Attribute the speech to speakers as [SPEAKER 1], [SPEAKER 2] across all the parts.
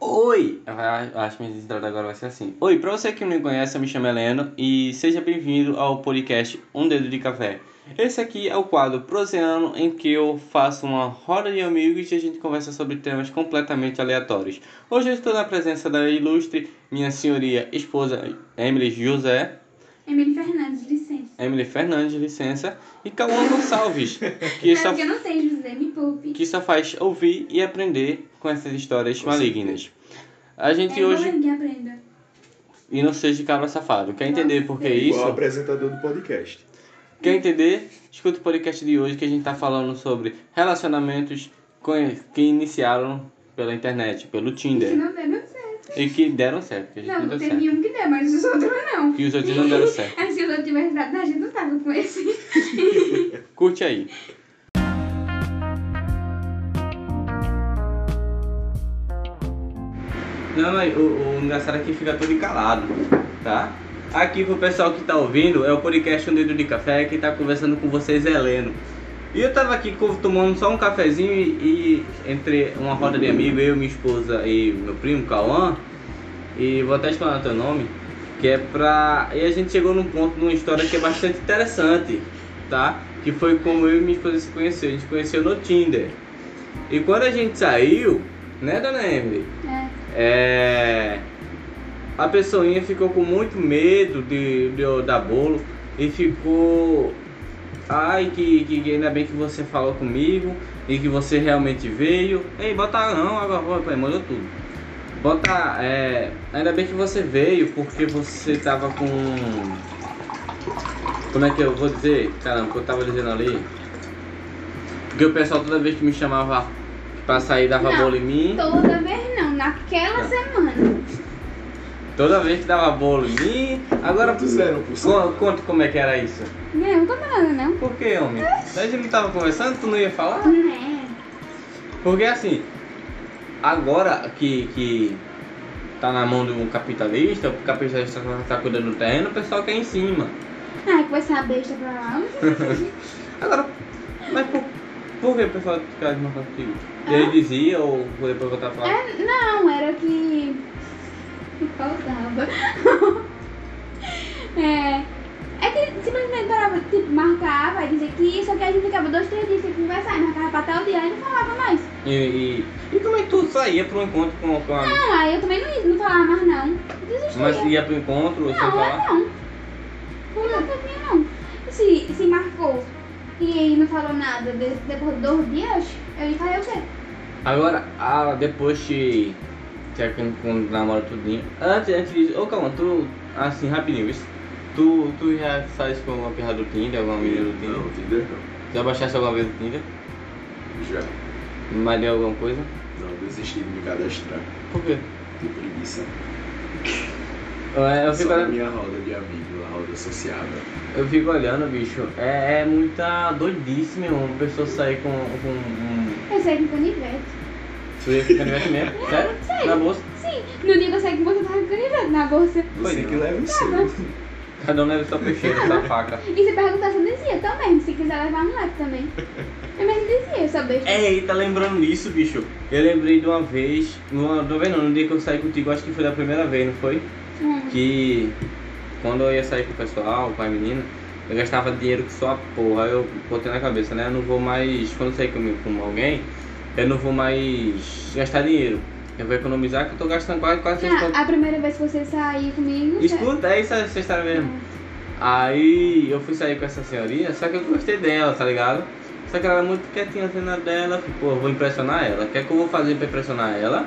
[SPEAKER 1] Oi! Vai- Acho que minha entrada agora vai ser assim. Oi, pra você que não me conhece, eu me chamo Heleno e seja bem-vindo ao podcast Um Dedo de Café. Esse aqui é o quadro Prozeano em que eu faço uma roda de amigos e a gente conversa sobre temas completamente aleatórios. Hoje eu estou na presença da ilustre minha senhoria esposa Emily José,
[SPEAKER 2] Emílio Fernandes, licença.
[SPEAKER 1] Emily Fernandes, licença, e Cauã Gonçalves, que
[SPEAKER 2] É
[SPEAKER 1] só,
[SPEAKER 2] porque eu não sei, José, me poupe.
[SPEAKER 1] que só faz ouvir e aprender com essas histórias
[SPEAKER 3] Com
[SPEAKER 1] malignas. A gente
[SPEAKER 2] é
[SPEAKER 1] hoje.
[SPEAKER 2] bom que aprenda.
[SPEAKER 1] E não seja de cabra safado. Quer entender por que É isso?
[SPEAKER 3] O apresentador do podcast.
[SPEAKER 1] Quer entender? Escuta o podcast de hoje que a gente tá falando sobre relacionamentos conhe- que iniciaram pela internet, pelo
[SPEAKER 2] Que
[SPEAKER 1] Tinder.
[SPEAKER 2] não deu certo.
[SPEAKER 1] E que deram certo, que a gente não,
[SPEAKER 2] Não,
[SPEAKER 1] deu
[SPEAKER 2] teve
[SPEAKER 1] é. certo.
[SPEAKER 2] um que deu, mas os outros não.
[SPEAKER 1] E os outros não deram certo.
[SPEAKER 2] Aí se os outros tivessem dado, a gente não tava com esse.
[SPEAKER 1] Curte aí. Não, mas o, o engraçado é que fica todo calado, tá? Aqui pro pessoal que tá ouvindo, é o podcast Um Dedo de Café, que tá conversando com vocês, Heleno. E eu tava aqui co- tomando só um cafezinho e, e entre uma roda de amigos, eu, minha esposa e meu primo, Cauã, e vou até explanar teu nome, que é pra... E a gente chegou num ponto, numa história que é bastante interessante tá? Que foi como eu e minha esposa se conheceu. A gente se conheceu no Tinder. E quando a gente saiu, né, dona Emily?
[SPEAKER 2] É.
[SPEAKER 1] É. A pessoinha ficou com muito medo de, de eu dar bolo e ficou. Ai, que, que que ainda bem que você falou comigo e que você realmente veio. Ei, bota não, agora pô, pô, mandou tudo. Bota, é. Ainda bem que você veio porque você tava com. Como é que eu vou dizer? Caramba, o que eu tava dizendo ali? Porque o pessoal toda vez que me chamava pra sair dava
[SPEAKER 2] Não.
[SPEAKER 1] bolo em mim.
[SPEAKER 2] Toda vez não, naquela
[SPEAKER 1] Hum? Não.
[SPEAKER 2] semana.
[SPEAKER 1] Toda vez que dava bolo em mim, agora
[SPEAKER 3] Quantos eram por
[SPEAKER 1] Con-
[SPEAKER 3] cento?
[SPEAKER 1] conta como é que era isso.
[SPEAKER 2] Não, não tô falando, não.
[SPEAKER 1] Por que, homem? A gente não tava conversando, tu não ia falar?
[SPEAKER 2] Né?
[SPEAKER 1] Porque assim, agora que, que tá na mão de um capitalista, o capitalista tá- tá cuidando do terreno, o pessoal quer em cima.
[SPEAKER 2] Ai, que vai ser a Ah, besta pra lá.
[SPEAKER 1] Agora, mas por, por que o pessoal ficava de marcar contigo? E ele dizia, ou depois eu tava falando?
[SPEAKER 2] É, não, era o que que faltava. é, é que simplesmente parava, tipo, marcava e dizia que isso, aqui a gente ficava dois, três dias sem conversar, e marcava pra tal dia e não falava mais.
[SPEAKER 1] E, e, e como é que tu saía pro encontro com, com a.
[SPEAKER 2] Não, aí eu também não, ia- não falava mais não. Desistia.
[SPEAKER 1] Mas ia pro encontro sem
[SPEAKER 2] Ah, não,
[SPEAKER 1] falar?
[SPEAKER 2] eu não. Eu não sabia não. Se, se marcou e aí não falou nada de- depois de dois dias, eu ia fazer o quê?
[SPEAKER 1] Agora, ah, depois que que é quando quando namora tudinho. Antes, antes disso, ô calma, tu, assim, rapidinho, isso. Tu, tu já sais com alguma pirra do Tinder, alguma menina do Tinder?
[SPEAKER 3] Não, Tinder não.
[SPEAKER 1] Já baixaste alguma vez do Tinder?
[SPEAKER 3] Já.
[SPEAKER 1] Mas deu alguma coisa?
[SPEAKER 3] Não, desisti de me cadastrar.
[SPEAKER 1] Por quê?
[SPEAKER 3] De preguiça.
[SPEAKER 1] Eu, é, eu, fico,
[SPEAKER 3] Só na
[SPEAKER 1] olhando-
[SPEAKER 3] minha roda de amigo, a roda associada.
[SPEAKER 1] eu fico olhando, bicho. É, é muita doidice, meu. Uma pessoa sair com, com um.
[SPEAKER 2] Eu saí com canivete.
[SPEAKER 1] Tu ia ficar no mesmo? Sério?
[SPEAKER 2] Sério.
[SPEAKER 1] Na bolsa?
[SPEAKER 2] Sim, no dia que eu saí com você, eu tava com canivete na bolsa.
[SPEAKER 3] Você
[SPEAKER 1] Foi,
[SPEAKER 3] que
[SPEAKER 1] não.
[SPEAKER 3] leva o seu.
[SPEAKER 1] Cada um leva sua peixeira, sua faca.
[SPEAKER 2] E se perguntar, eu dizia, eu também, se quiser levar um leque também. Eu mesmo dizia, eu sou besta.
[SPEAKER 1] Eita, É, tá lembrando disso, bicho. Eu lembrei de uma vez, numa, de uma vez não, no dia que eu saí contigo, acho que foi da primeira vez, não foi?
[SPEAKER 2] Hum.
[SPEAKER 1] Que quando eu ia sair com o pessoal, com a menina, eu gastava dinheiro que só a porra. Aí eu botei na cabeça, né? Eu não vou mais, quando eu sair comigo com alguém, eu não vou mais gastar dinheiro. Eu vou economizar que eu tô gastando quase, quase seis conto.
[SPEAKER 2] Ah, a primeira vez que você saiu comigo, né? você-
[SPEAKER 1] Escuta, é isso aí, vocês estão vendo. Aí eu fui sair com essa senhorinha, só que eu gostei dela, tá ligado? Só que ela era muito quietinha assim na dela, eu falei, pô, eu vou impressionar ela. O que é que eu vou fazer pra impressionar ela?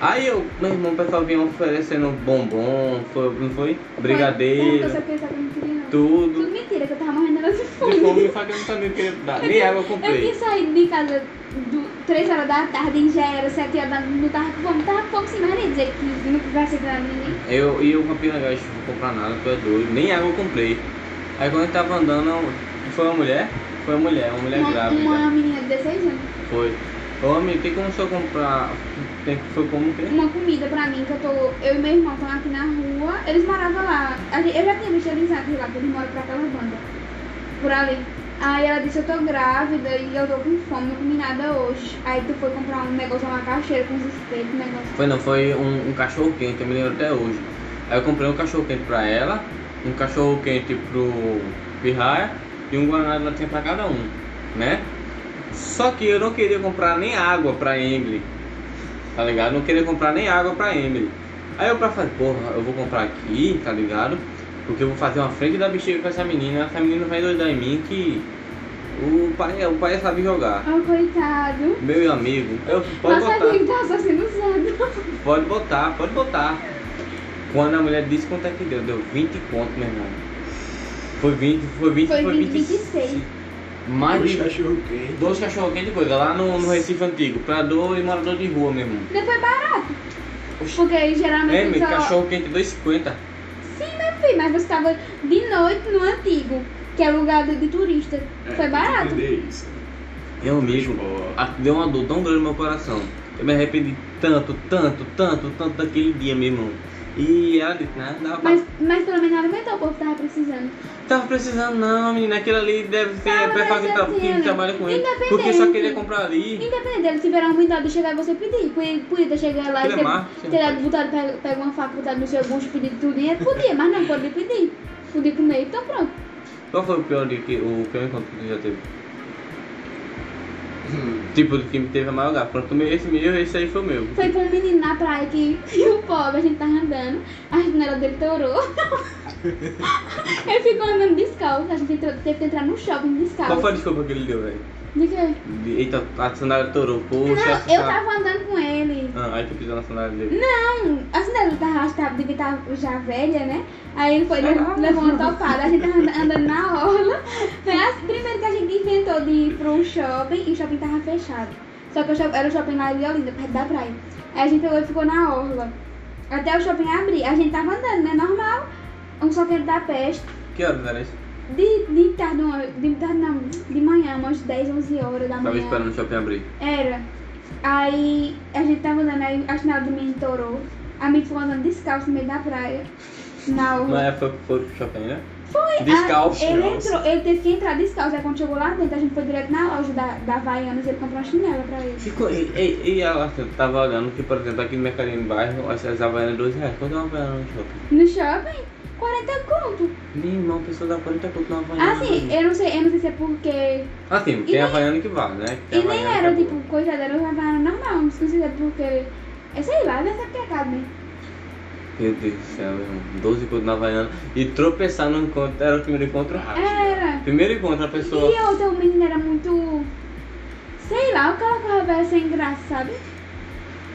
[SPEAKER 1] Aí eu, meu irmão, o pessoal vinha oferecendo bombom, foi, não foi?
[SPEAKER 2] Foi, foi,
[SPEAKER 1] Brigadeiro,
[SPEAKER 2] só que eu só que eu não queria, não.
[SPEAKER 1] tudo.
[SPEAKER 2] Tudo mentira, que eu tava morrendo de
[SPEAKER 1] De
[SPEAKER 2] fome.
[SPEAKER 1] fome, só que eu não sabia o que dar. Nem água eu
[SPEAKER 2] Eu assim. tinha
[SPEAKER 1] comprei.
[SPEAKER 2] saído de casa do 3 horas da tarde e já era 7 horas da noite, não tava com fome, tava com fome sim, mas nem dizer que não conversei com ninguém.
[SPEAKER 1] Eu, e eu comprei um negócio, não vou comprar nada, tu é doido. Nem água eu comprei. Aí quando eu tava andando, foi uma mulher? Foi uma mulher, uma mulher
[SPEAKER 2] Uma,
[SPEAKER 1] grávida.
[SPEAKER 2] uma menina de 16 anos.
[SPEAKER 1] Foi. Homem, tem como só comprar. Tem, foi como que?
[SPEAKER 2] uma comida pra mim que eu tô. Eu e meu irmão estão aqui na rua. Eles moravam lá. a gente- Eu já tinha visto eles antes lá, que eles moram pra aquela banda. Por ali. Aí ela disse, eu tô grávida e eu tô com fome, não comi nada hoje. Aí tu foi comprar um negócio, uma macaxeira com uns espelhos, um negócio.
[SPEAKER 1] Foi não, foi um, um cachorro quente, eu me lembro até hoje. Aí eu comprei um cachorro quente pra ela, um cachorro quente pro Pirraia e um guaraná de latinha pra cada um, né? Só que eu não queria comprar nem água pra Emily, tá ligado? Não queria comprar nem água pra Emily. Aí eu pra fazer, porra, eu vou comprar aqui, tá ligado? Porque eu vou fazer uma frente da bexiga com essa menina, essa menina vai doidar em mim que o pai, o pai sabe jogar.
[SPEAKER 2] Ah, coitado.
[SPEAKER 1] Meu amigo, eu posso
[SPEAKER 2] Nossa
[SPEAKER 1] botar.
[SPEAKER 2] amigo tá só sendo usado.
[SPEAKER 1] Pode botar, pode botar. Quando a mulher disse quanto é que deu, deu 20 conto, meu irmão. Foi 20, foi 20,
[SPEAKER 2] Foi
[SPEAKER 1] foi,
[SPEAKER 2] 20,
[SPEAKER 1] 26.
[SPEAKER 2] 26.
[SPEAKER 1] Mais
[SPEAKER 3] Dois
[SPEAKER 1] de
[SPEAKER 3] cachorro quente.
[SPEAKER 1] dois cachorro quente coisa, lá no, no Recife Antigo, predador e morador de rua, meu irmão.
[SPEAKER 2] Ainda foi barato.
[SPEAKER 1] Oxi.
[SPEAKER 2] Porque geralmente
[SPEAKER 1] É, meu,
[SPEAKER 2] só...
[SPEAKER 1] cachorro quente 2,50.
[SPEAKER 2] Sim, meu filho, mas você tava de noite no antigo, que é lugar de, de turista.
[SPEAKER 3] É,
[SPEAKER 2] foi
[SPEAKER 3] tem que
[SPEAKER 2] barato.
[SPEAKER 3] Entender isso.
[SPEAKER 1] Meu amigo,
[SPEAKER 3] Transporte.
[SPEAKER 1] a- deu uma dor tão grande no meu coração. Eu me arrependi tanto, tanto, tanto, tanto daquele dia, meu irmão. E ela disse, né? Dava pra...
[SPEAKER 2] Mas, mas pelo menos alimentou o povo que tava precisando.
[SPEAKER 1] Tava precisando não, menina. Aquilo ali deve ser
[SPEAKER 2] Tava
[SPEAKER 1] pessoal que, tá,
[SPEAKER 2] precisando,
[SPEAKER 1] que trabalha com ele.
[SPEAKER 2] independente.
[SPEAKER 1] Porque só queria comprar ali.
[SPEAKER 2] Independente dele, se virar um mitado e chegar e você pedir. Podia- Podia chegar lá
[SPEAKER 1] Aquilo é
[SPEAKER 2] e
[SPEAKER 1] marketing,
[SPEAKER 2] ter, ter
[SPEAKER 1] rapaz.
[SPEAKER 2] dado vontade, pega, pega uma faca, botar no seu bucho, pedir tudo. E podia, mas não, podia pedir. Podia comer, então pronto.
[SPEAKER 1] Qual foi o pior dia que o pior encontro que tu já teve?
[SPEAKER 3] Hum,
[SPEAKER 1] Tipo, do time teve a maior gafa. Pronto, meu- esse meu, esse aí foi o meu.
[SPEAKER 2] Foi pra um menino na praia que o pobre, a gente tava andando, a janela dele torou. ele ficou andando descalço, a gente entrou- teve que entrar no shopping descalço.
[SPEAKER 1] Qual foi a desculpa que ele deu, velho?
[SPEAKER 2] De quê?
[SPEAKER 1] De- Eita, a sandália torou. Poxa,
[SPEAKER 2] Não,
[SPEAKER 1] essa-
[SPEAKER 2] eu tava andando com ele.
[SPEAKER 1] Ah, aí tu pisou na sandália dele.
[SPEAKER 2] Não, a cidade tava, acho que tava, devia estar já velha, né? Aí ele foi, levou, levou uma topada, a gente tava and- andando na orla. Foi assim, primeiro que a gente inventou de ir pro shopping e o shopping tava fechado. Só que o shopping, era o shopping lá de Olinda, perto da praia. Aí a gente pegou e ficou na orla. Até o shopping abrir, a gente tava andando, né? Normal, um sofrimento da peste.
[SPEAKER 1] Que horas era isso?
[SPEAKER 2] De, de tarde, uma- de tarde não, de manhã, umas 10, 11 horas da manhã.
[SPEAKER 1] Tava esperando o shopping abrir.
[SPEAKER 2] Era. Aí a gente tava andando, aí a chinela do menino torou. A menina ficou andando descalço no meio da praia. Na
[SPEAKER 1] Não
[SPEAKER 2] orla.
[SPEAKER 1] é, foi, foi pro shopping, né?
[SPEAKER 2] Aí,
[SPEAKER 1] Descalço.
[SPEAKER 2] ele entrou, ele teve que entrar descalço. Aí quando chegou lá dentro, a gente foi direto na loja da, da Havaianas e ele comprou uma chinela pra ele.
[SPEAKER 1] Ficou, e, e, e ela assim, tava olhando que, por exemplo, aqui no mercadinho do bairro, as, as havaianas 12 reais. Quanto é uma havaiana no shopping?
[SPEAKER 2] No shopping, 40 conto.
[SPEAKER 1] Meu irmão, a pessoa dá 40 conto na havaiana.
[SPEAKER 2] Assim, eu não sei, eu não sei se é porque.
[SPEAKER 1] Assim, tem
[SPEAKER 2] nem-
[SPEAKER 1] havaiana que vale, né? Tem
[SPEAKER 2] E nem
[SPEAKER 1] havaiana que
[SPEAKER 2] era,
[SPEAKER 1] é boa.
[SPEAKER 2] tipo, coisa era uma Havaiana normal, não sei se é porque. Eu sei lá, deve ser porque é caro, né?
[SPEAKER 1] Meu Deus do céu, meu irmão. 12 conto na Havaiana. E tropeçar no encontro. Era o primeiro encontro?
[SPEAKER 3] pra rasgar.
[SPEAKER 2] Era.
[SPEAKER 1] Primeiro encontro, a pessoa.
[SPEAKER 2] E outra, o menino era muito. Sei lá, o cara com a velha sem graça, sabe?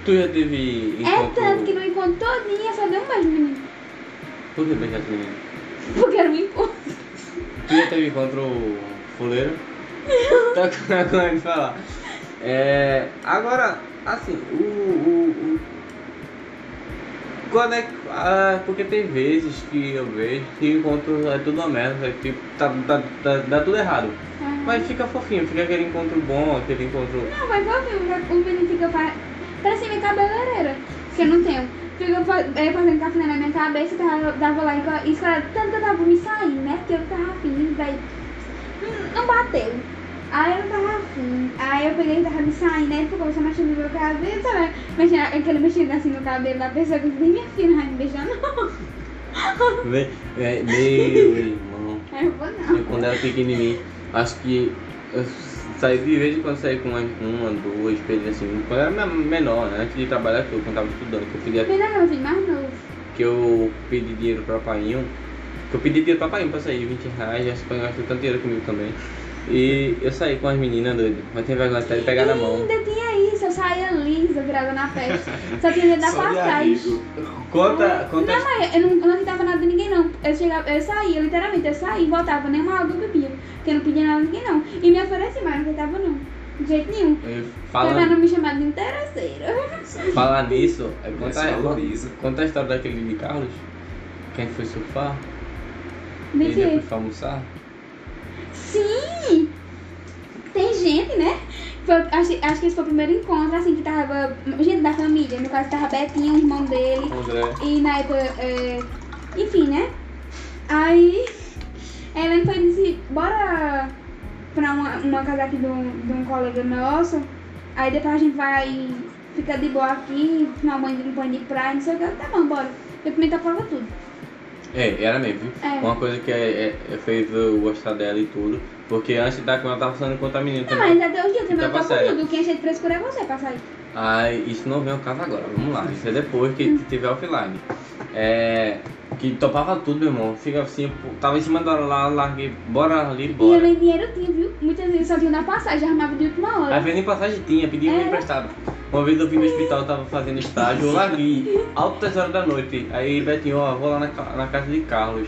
[SPEAKER 1] Tu já teve
[SPEAKER 2] É
[SPEAKER 1] encontro.
[SPEAKER 2] tanto que no encontro todinha só deu um beijo no menino.
[SPEAKER 1] Por que beijar as meninas?
[SPEAKER 2] Porque era um encontro.
[SPEAKER 1] Tu já teve encontro fuleiro? tá com a coisa de falar. É. Agora, assim, o. o, o- Quando é que. ah, porque tem vezes que eu vejo que encontro é tudo uma merda, é tipo, tá, tá, tá- dá tudo errado.
[SPEAKER 2] Ah.
[SPEAKER 1] Mas fica fofinho, fica aquele encontro bom, aquele encontro.
[SPEAKER 2] Não, mas eu vi, o- o menino fica pa- parece minha cabeleireira, que eu não tenho. Fica fa- é, fazendo café na minha cabeça, tava, dava lá e escolhendo tanto que eu tava pra me sair, né? Porque eu não tava afim, daí não- não bateu. Aí eu não tava afim. Aí eu peguei e tava me saindo, aí ele ficou só mexendo no meu cabelo, sabe? Mexendo, aquele mexido assim no cabelo da pessoa que eu disse, nem minha filha não vai me beijar, não.
[SPEAKER 1] Vem- é, Meu irmão,
[SPEAKER 2] Aí eu vou, não.
[SPEAKER 1] eu quando era pequenininho, acho que eu saí de vez em quando saí com uma, uma duas, três, assim, quando eu era me- menor, né, antes de trabalhar tudo, quando tava estudando, que eu pedia,
[SPEAKER 2] Melhor não, filho, mais novo.
[SPEAKER 1] que eu pedi dinheiro pra painho, que eu pedi dinheiro pra painho pra sair, 20 reais, já se painho gastou tanto dinheiro comigo também, e eu saí com as meninas doido, mas tem vergonha até de pegar na mão.
[SPEAKER 2] Ainda tinha isso, eu saía lisa, virada na festa. Só tinha medo da
[SPEAKER 3] Só de
[SPEAKER 2] passagem.
[SPEAKER 3] amigo.
[SPEAKER 1] Conta, conta,
[SPEAKER 2] Não, mas eu não, eu não aceitava nada de ninguém, não. Eu, chegava, eu saía, literalmente, eu saía e voltava, nem uma água eu bebia. Porque eu não pedia nada de ninguém, não. E me ofereci, mas eu não aceitava, não. De jeito nenhum.
[SPEAKER 1] eu-
[SPEAKER 2] Pra
[SPEAKER 1] falando,
[SPEAKER 2] não me chamar de interesseira.
[SPEAKER 1] falar nisso, é
[SPEAKER 3] Mas
[SPEAKER 1] conta,
[SPEAKER 3] valoriza.
[SPEAKER 1] conta a história daquele de Carlos, quem foi surfar,
[SPEAKER 2] De
[SPEAKER 1] ele
[SPEAKER 2] quê?
[SPEAKER 1] depois foi almoçar.
[SPEAKER 2] Sim! Tem gente, né? Foi- acho, acho que esse foi o primeiro encontro, assim, que tava. Gente da família. No caso, tava Betinho, o irmão dele.
[SPEAKER 1] André.
[SPEAKER 2] E na época, é, enfim, né? Aí, Ellen foi e disse, bora pra uma, uma casa aqui de um, de um colega nosso. Aí depois a gente vai, fica de boa aqui, tomar banho de banho de praia, não sei o que. Tá bom, bora. Eu pimenta prova tudo.
[SPEAKER 1] É, era mesmo, viu?
[SPEAKER 2] É.
[SPEAKER 1] Uma coisa que é- é- fez eu gostar dela e tudo. Porque antes da cama eu tava falando com a menina
[SPEAKER 2] Não,
[SPEAKER 1] também.
[SPEAKER 2] É, mas até hoje eu pimenta
[SPEAKER 1] Tava
[SPEAKER 2] prova
[SPEAKER 1] sério.
[SPEAKER 2] tudo. Quem achei de frescura é você pra sair.
[SPEAKER 1] Ai, isso não vem ao caso agora, vamos lá. Isso é depois que
[SPEAKER 2] Uhum.
[SPEAKER 1] tiver offline. É. Que topava tudo, meu irmão. Fica assim, pô, tava em cima da hora lá, larguei, bora ali,
[SPEAKER 2] E eu
[SPEAKER 1] bora.
[SPEAKER 2] nem dinheiro tinha, viu? Muitas vezes só tinha na passagem, armava de última hora.
[SPEAKER 1] Às vezes nem passagem tinha, pedia um
[SPEAKER 2] É.
[SPEAKER 1] emprestado. Uma vez eu vim no hospital, eu tava fazendo estágio, eu larguei, altas horas da noite. Aí Betinho, ó, vou lá na, ca- na casa de Carlos.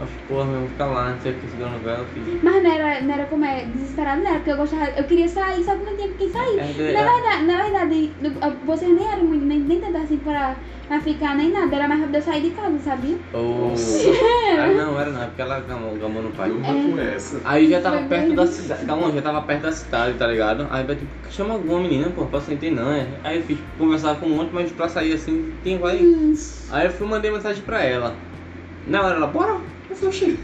[SPEAKER 1] Eu falei, porra, meu irmão, fica lá, não sei o que, segurando o véu, eu fiz.
[SPEAKER 2] Mas não era, não era como é, desesperado não era, porque eu gostava, eu queria sair, só que não tinha com quem sair.
[SPEAKER 1] É,
[SPEAKER 2] Na
[SPEAKER 1] é,
[SPEAKER 2] verdade, na verdade, no- ah, vocês nem eram muito, nem, nem tanto assim pra, pra ficar, nem nada, era mais rápido eu sair de casa, sabia?
[SPEAKER 1] Ou- Ah, não, era não, é porque ela gamou, gamou no pai.
[SPEAKER 3] Uma
[SPEAKER 2] É.
[SPEAKER 3] com essa.
[SPEAKER 1] Aí já tava
[SPEAKER 2] Foi
[SPEAKER 1] perto
[SPEAKER 2] bem
[SPEAKER 1] da
[SPEAKER 2] isso.
[SPEAKER 1] cidade, calma, já tava perto da cidade, tá ligado? Aí vai tipo, chama alguma menina, pô, posso entrar não, é. Aí eu fiz conversar com um monte, mas pra sair assim, tem vai.
[SPEAKER 2] Hum,
[SPEAKER 1] Aí eu fui mandei mensagem pra ela. Na hora ela, bora? Eu falei, "Oxi."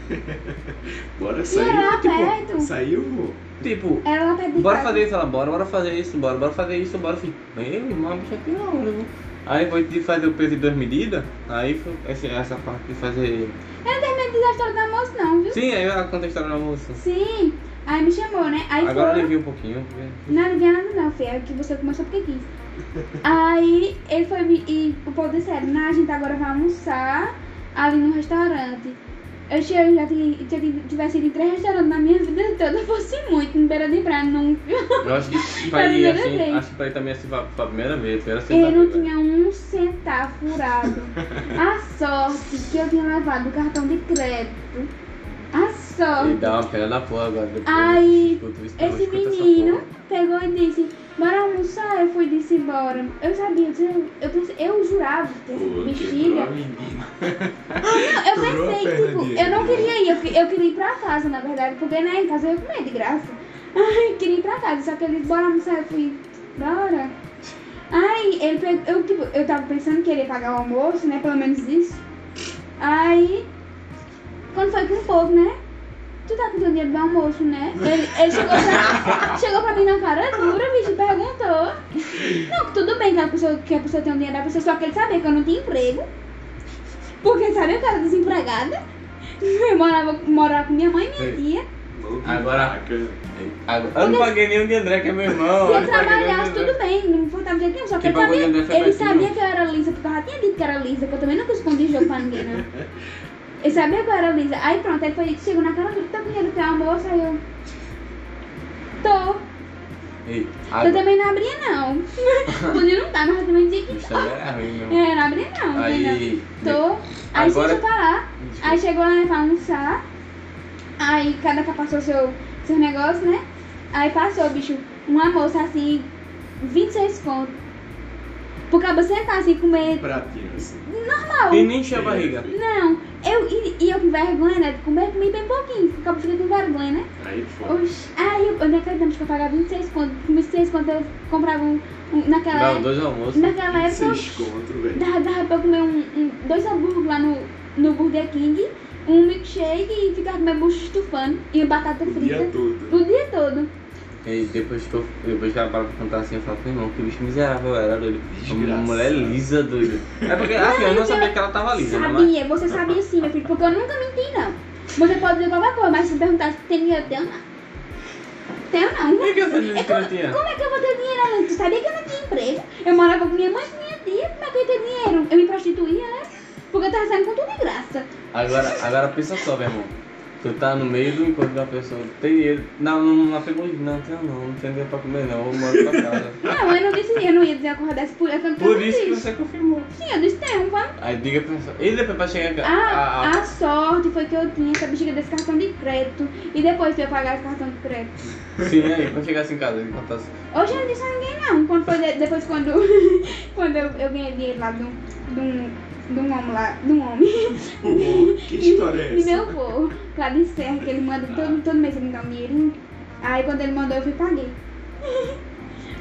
[SPEAKER 3] Bora
[SPEAKER 2] E
[SPEAKER 3] sair.
[SPEAKER 2] era lá
[SPEAKER 3] tipo,
[SPEAKER 2] perto,
[SPEAKER 3] Saiu, vou.
[SPEAKER 1] Tipo,
[SPEAKER 2] era lá perto de
[SPEAKER 1] bora
[SPEAKER 2] casa.
[SPEAKER 1] fazer isso, ela, bora, bora fazer isso, bora, bora fazer isso, bora. Eu falei, meu irmão, a bicha aqui não, né? Aí depois de fazer o peso em duas medidas, aí foi essa, essa parte de fazer.
[SPEAKER 2] Não diz a história da moça não, viu?
[SPEAKER 1] Sim, aí ela conta a história na moça.
[SPEAKER 2] Sim, aí me chamou, né? Aí
[SPEAKER 1] Agora
[SPEAKER 2] foi-
[SPEAKER 1] ele viu um pouquinho.
[SPEAKER 2] Não, não tinha nada não, Fê. É que você começou porque quis. Aí ele foi me- e o povo disse, na a gente agora vai almoçar ali no restaurante. Eu che- eu já tinha, tinha tido- tivesse ido em três restaurantes na minha vida toda, fosse muito, no beira de praia, não.
[SPEAKER 1] Eu acho que
[SPEAKER 2] Tá
[SPEAKER 1] pra ir
[SPEAKER 2] ligado,
[SPEAKER 1] assim,
[SPEAKER 2] gente?
[SPEAKER 1] acho que pra ir também assim pra, pra primeira vez, primeira
[SPEAKER 2] Eu não
[SPEAKER 1] sexta-feira.
[SPEAKER 2] tinha um centavo furado. A sorte que eu tinha levado o cartão de crédito. A
[SPEAKER 1] E
[SPEAKER 2] sorte.
[SPEAKER 1] dá uma pena da porra agora. Depois
[SPEAKER 2] Aí,
[SPEAKER 1] escuta isso,
[SPEAKER 2] Esse
[SPEAKER 1] escuta essa
[SPEAKER 2] menino
[SPEAKER 1] porra.
[SPEAKER 2] pegou e disse, bora almoçar? Eu fui e disse, bora. Eu sabia, eu, disse- eu, pensei- eu jurava que essa
[SPEAKER 3] Pô,
[SPEAKER 2] bexiga.
[SPEAKER 3] quebrou a menina.
[SPEAKER 2] Não, eu
[SPEAKER 3] Quebrou a
[SPEAKER 2] pensei,
[SPEAKER 3] perna
[SPEAKER 2] tipo,
[SPEAKER 3] dele.
[SPEAKER 2] eu não queria ir, eu, que- eu queria ir pra casa, na verdade, porque né, em casa eu ia comer de graça. Ai, queria ir pra casa, só que ele disse, bora almoçar, eu fui, bora. Aí ele pegou, eu, tipo, eu tava pensando que ele ia pagar o almoço, né? Pelo menos isso. Aí, quando foi com o povo, né? Tu tá com teu dinheiro do almoço, né? Ele, ele chegou, pra, chegou pra mim na cara dura, bicho, e perguntou. Não, tudo bem que a pessoa, que a pessoa tem o dinheiro da pessoa, só que ele sabia que eu não tinha emprego. Porque sabe, eu era desempregada. Eu morava, morava com minha mãe e minha tia.
[SPEAKER 3] Louco,
[SPEAKER 1] Agora-
[SPEAKER 3] caraca.
[SPEAKER 1] Agora- Eu não paguei nem o de André, que é meu irmão.
[SPEAKER 2] Se
[SPEAKER 1] eu
[SPEAKER 2] eu
[SPEAKER 1] não paguei nem o de
[SPEAKER 2] trabalhasse,
[SPEAKER 1] André.
[SPEAKER 2] tudo bem, não me importava de jeito nenhum. Só tá né? que
[SPEAKER 1] Quem
[SPEAKER 2] ele
[SPEAKER 1] pagou
[SPEAKER 2] sabia,
[SPEAKER 1] o André foi
[SPEAKER 2] ele
[SPEAKER 1] Betinho.
[SPEAKER 2] sabia que eu era lisa, porque eu já tinha dito que era lisa, que eu também nunca escondi jogo pra ninguém, não. Ele sabia que eu era lisa. Aí pronto, ele foi, chegou na cara dele, tá com dinheiro pro almoço, aí eu... Tô.
[SPEAKER 1] Ei,
[SPEAKER 2] Eu
[SPEAKER 1] agora-
[SPEAKER 2] também não abria, não. Podia não tá, mas eu também tinha que...
[SPEAKER 1] Isso aí era ruim, meu irmão.
[SPEAKER 2] É, não abria, não. entendeu?
[SPEAKER 1] Aí.
[SPEAKER 2] Tô. Aí
[SPEAKER 1] Agora-
[SPEAKER 2] Agora... eu parar. Aí chegou lá né, pra almoçar. Aí cada que passou seu, seu negócio, né? Aí passou, bicho, uma moça assim, 26 conto. Por causa de sentar assim comer.
[SPEAKER 3] Pratinho, assim.
[SPEAKER 2] é
[SPEAKER 1] E
[SPEAKER 2] um
[SPEAKER 1] nem encheu a barriga.
[SPEAKER 2] Não, eu e, e eu com vergonha, né? de Comer comi bem pouquinho, porque eu fiquei com vergonha, né?
[SPEAKER 3] Aí foi.
[SPEAKER 2] Oxi, aí eu, eu nem acreditamos que eu pagava 26 conto. Com 26 conto eu comprava um. um- naquela
[SPEAKER 1] Dava
[SPEAKER 2] época.
[SPEAKER 1] dois almoços.
[SPEAKER 2] Naquela época. eu-
[SPEAKER 3] Vocês contra, velho.
[SPEAKER 2] Dava, dava pra comer um, um- dois hambúrgueres lá no, no Burger King, um milkshake e ficar com minha bucha estufando e batata
[SPEAKER 3] O dia
[SPEAKER 2] frita
[SPEAKER 3] todo.
[SPEAKER 2] o dia todo.
[SPEAKER 1] E depois que eu, depois que eu paro pra contar assim, eu falo, meu irmão, que bicho miserável eu era, doido. Uma
[SPEAKER 3] Desgraçado.
[SPEAKER 1] mulher lisa, doido. É porque, assim, eu não sabia que ela tava lisa, né? Mas,
[SPEAKER 2] sabia, você sabia sim, meu filho, porque eu nunca menti, não. Você pode dizer qualquer coisa, mas se perguntar se tem dinheiro, tenho não. Tenho não.
[SPEAKER 1] por que você disse que não tinha?
[SPEAKER 2] Como é que eu vou ter dinheiro, Alan? Tu sabia que eu não tinha emprego? Eu morava com minha mãe e com minha tia, como é que eu ia ter dinheiro? Eu me prostituía, né? Porque eu tava saindo com tudo de graça.
[SPEAKER 1] Agora, agora pensa só, meu irmão. Tu tá no meio do encontro da pessoa, tem dinheiro. Não, não, não pegou isso, não, tenho não, não tem dinheiro pra comer não, eu moro pra casa.
[SPEAKER 2] Não, eu não disse, eu não ia dizer acordasse por eu não
[SPEAKER 1] Por isso que
[SPEAKER 2] disse.
[SPEAKER 1] você confirmou.
[SPEAKER 2] Sim, eu disse, tem um, vamos.
[SPEAKER 1] Aí diga pra pessoa. E depois pra chegar em casa.
[SPEAKER 2] A,
[SPEAKER 1] Ah,
[SPEAKER 2] a sorte foi que eu tinha essa bexiga desse cartão de crédito e depois de eu pagar esse cartão de crédito.
[SPEAKER 1] ah, sim, aí, quando chegasse em casa, ele assim. contasse.
[SPEAKER 2] Hoje eu não disse a ninguém não, quando foi de- depois quando, quando eu, eu ganhei dinheiro lá de um, de um, de um homem lá, de um homem,
[SPEAKER 3] Pô, que história é
[SPEAKER 2] de
[SPEAKER 3] essa?
[SPEAKER 2] meu avô, lá de Serra, que ele manda
[SPEAKER 1] Ah.
[SPEAKER 2] todo, todo mês ele me dá um dinheirinho. Aí quando ele mandou eu fui e paguei.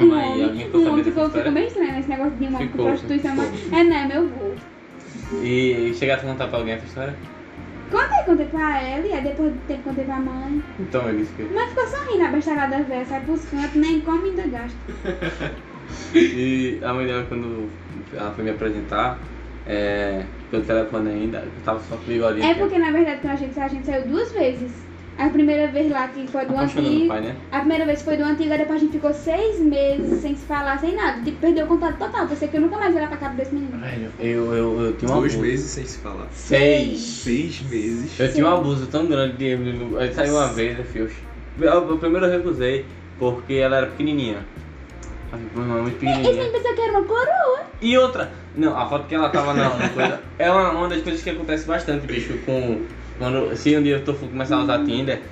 [SPEAKER 2] Um
[SPEAKER 1] Mas alguém
[SPEAKER 2] homem,
[SPEAKER 1] ficou
[SPEAKER 2] um homem
[SPEAKER 1] sabendo dessa
[SPEAKER 2] ficou, ficou
[SPEAKER 1] história?
[SPEAKER 2] bem estranho né, esse negócio de um homem com
[SPEAKER 1] Ficou,
[SPEAKER 2] prostituição, mas
[SPEAKER 1] ficou.
[SPEAKER 2] é não, é meu avô.
[SPEAKER 1] assim, E, e chegasse a contar pra alguém essa história?
[SPEAKER 2] Contei, contei pra ela, e aí depois do tempo contei pra mãe.
[SPEAKER 1] Então ele fica.
[SPEAKER 2] Mãe ficou sorrindo, a bestalhada velha, sai pros cantos, nem come ainda gasta.
[SPEAKER 1] E a mãe dela, quando ela foi me apresentar, é, pelo telefone ainda, eu tava só com o assim, olhando.
[SPEAKER 2] É porque, na verdade, com a gente, a gente saiu duas vezes. A primeira vez lá que foi do
[SPEAKER 1] Apaixonando o
[SPEAKER 2] antigo.
[SPEAKER 1] pai, né?
[SPEAKER 2] A primeira vez foi do antigo, aí depois a gente ficou seis meses sem se falar, sem nada. Tipo, perdeu o contato total. Pensei que eu nunca mais ia olhar pra cara desse menino.
[SPEAKER 1] Velho, eu, eu, eu tinha um
[SPEAKER 3] Dois
[SPEAKER 1] abuso.
[SPEAKER 3] meses sem se falar.
[SPEAKER 1] Seis.
[SPEAKER 3] Seis meses.
[SPEAKER 1] Eu tinha um abuso tão grande de menino. Ele saiu uma vez, eu fiz. Eu, eu primeiro eu recusei, porque ela era pequenininha. A minha irmã é muito
[SPEAKER 2] Esse
[SPEAKER 1] pequenininha.
[SPEAKER 2] menino pensou que era uma coroa.
[SPEAKER 1] E outra. Não, a foto que ela tava na na coisa. É uma, uma das coisas que acontece bastante, bicho, com. Quando, se um dia eu tô for começar a usar Tinder,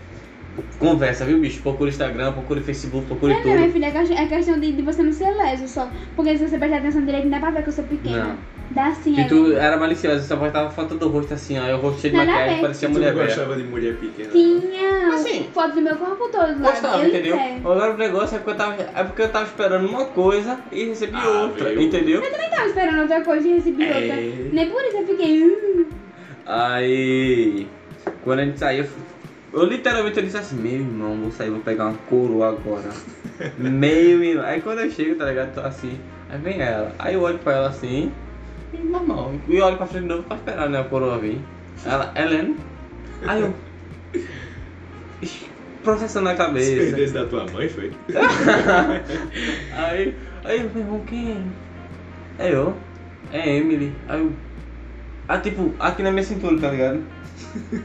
[SPEAKER 1] conversa, viu, bicho? Procura Instagram, procura Facebook, procura
[SPEAKER 2] É, minha,
[SPEAKER 1] tudo.
[SPEAKER 2] minha filha, é questão- é questão de, de você não ser leso só. Porque se você prestar atenção direito, não dá pra ver que eu sou pequena.
[SPEAKER 1] Não.
[SPEAKER 2] Dá sim,
[SPEAKER 1] Que
[SPEAKER 2] é
[SPEAKER 1] tu
[SPEAKER 2] mesmo.
[SPEAKER 1] era maliciosa, só botava foto do rosto assim, ó. Eu rosto cheio de
[SPEAKER 2] Nada a
[SPEAKER 1] maquiagem,
[SPEAKER 2] ver.
[SPEAKER 1] parecia
[SPEAKER 3] Tu
[SPEAKER 1] mulher
[SPEAKER 3] não
[SPEAKER 1] velha.
[SPEAKER 3] gostava de mulher pequena.
[SPEAKER 2] Tinha
[SPEAKER 1] Assim.
[SPEAKER 2] foto do meu corpo todo lá.
[SPEAKER 1] Gostava,
[SPEAKER 2] eu
[SPEAKER 1] entendeu?
[SPEAKER 2] É.
[SPEAKER 1] Agora o negócio é porque eu tava, é porque eu tava esperando uma coisa e recebi
[SPEAKER 3] Ah,
[SPEAKER 1] outra,
[SPEAKER 3] veio.
[SPEAKER 1] entendeu?
[SPEAKER 2] Eu tava esperando outra coisa e recebi
[SPEAKER 3] É.
[SPEAKER 2] outra. Nem por isso eu fiquei. Hum,
[SPEAKER 1] Aí, quando a gente saiu, eu literalmente eu disse assim: Meu irmão, vou sair, vou pegar uma coroa agora. Meu irmão. Aí quando eu chego, tá ligado? Tô assim, aí vem ela. Aí eu olho pra ela assim, e normal. E olho pra frente de novo pra esperar, né? A coroa vir. Ela, Helena. Aí eu. Processando a
[SPEAKER 3] Se
[SPEAKER 1] cabeça.
[SPEAKER 3] perdesse da tua mãe, foi?
[SPEAKER 1] aí, aí eu pergunto, quem é? É eu, é Emily. Aí eu. Ah, tipo, aqui na minha cintura, tá ligado?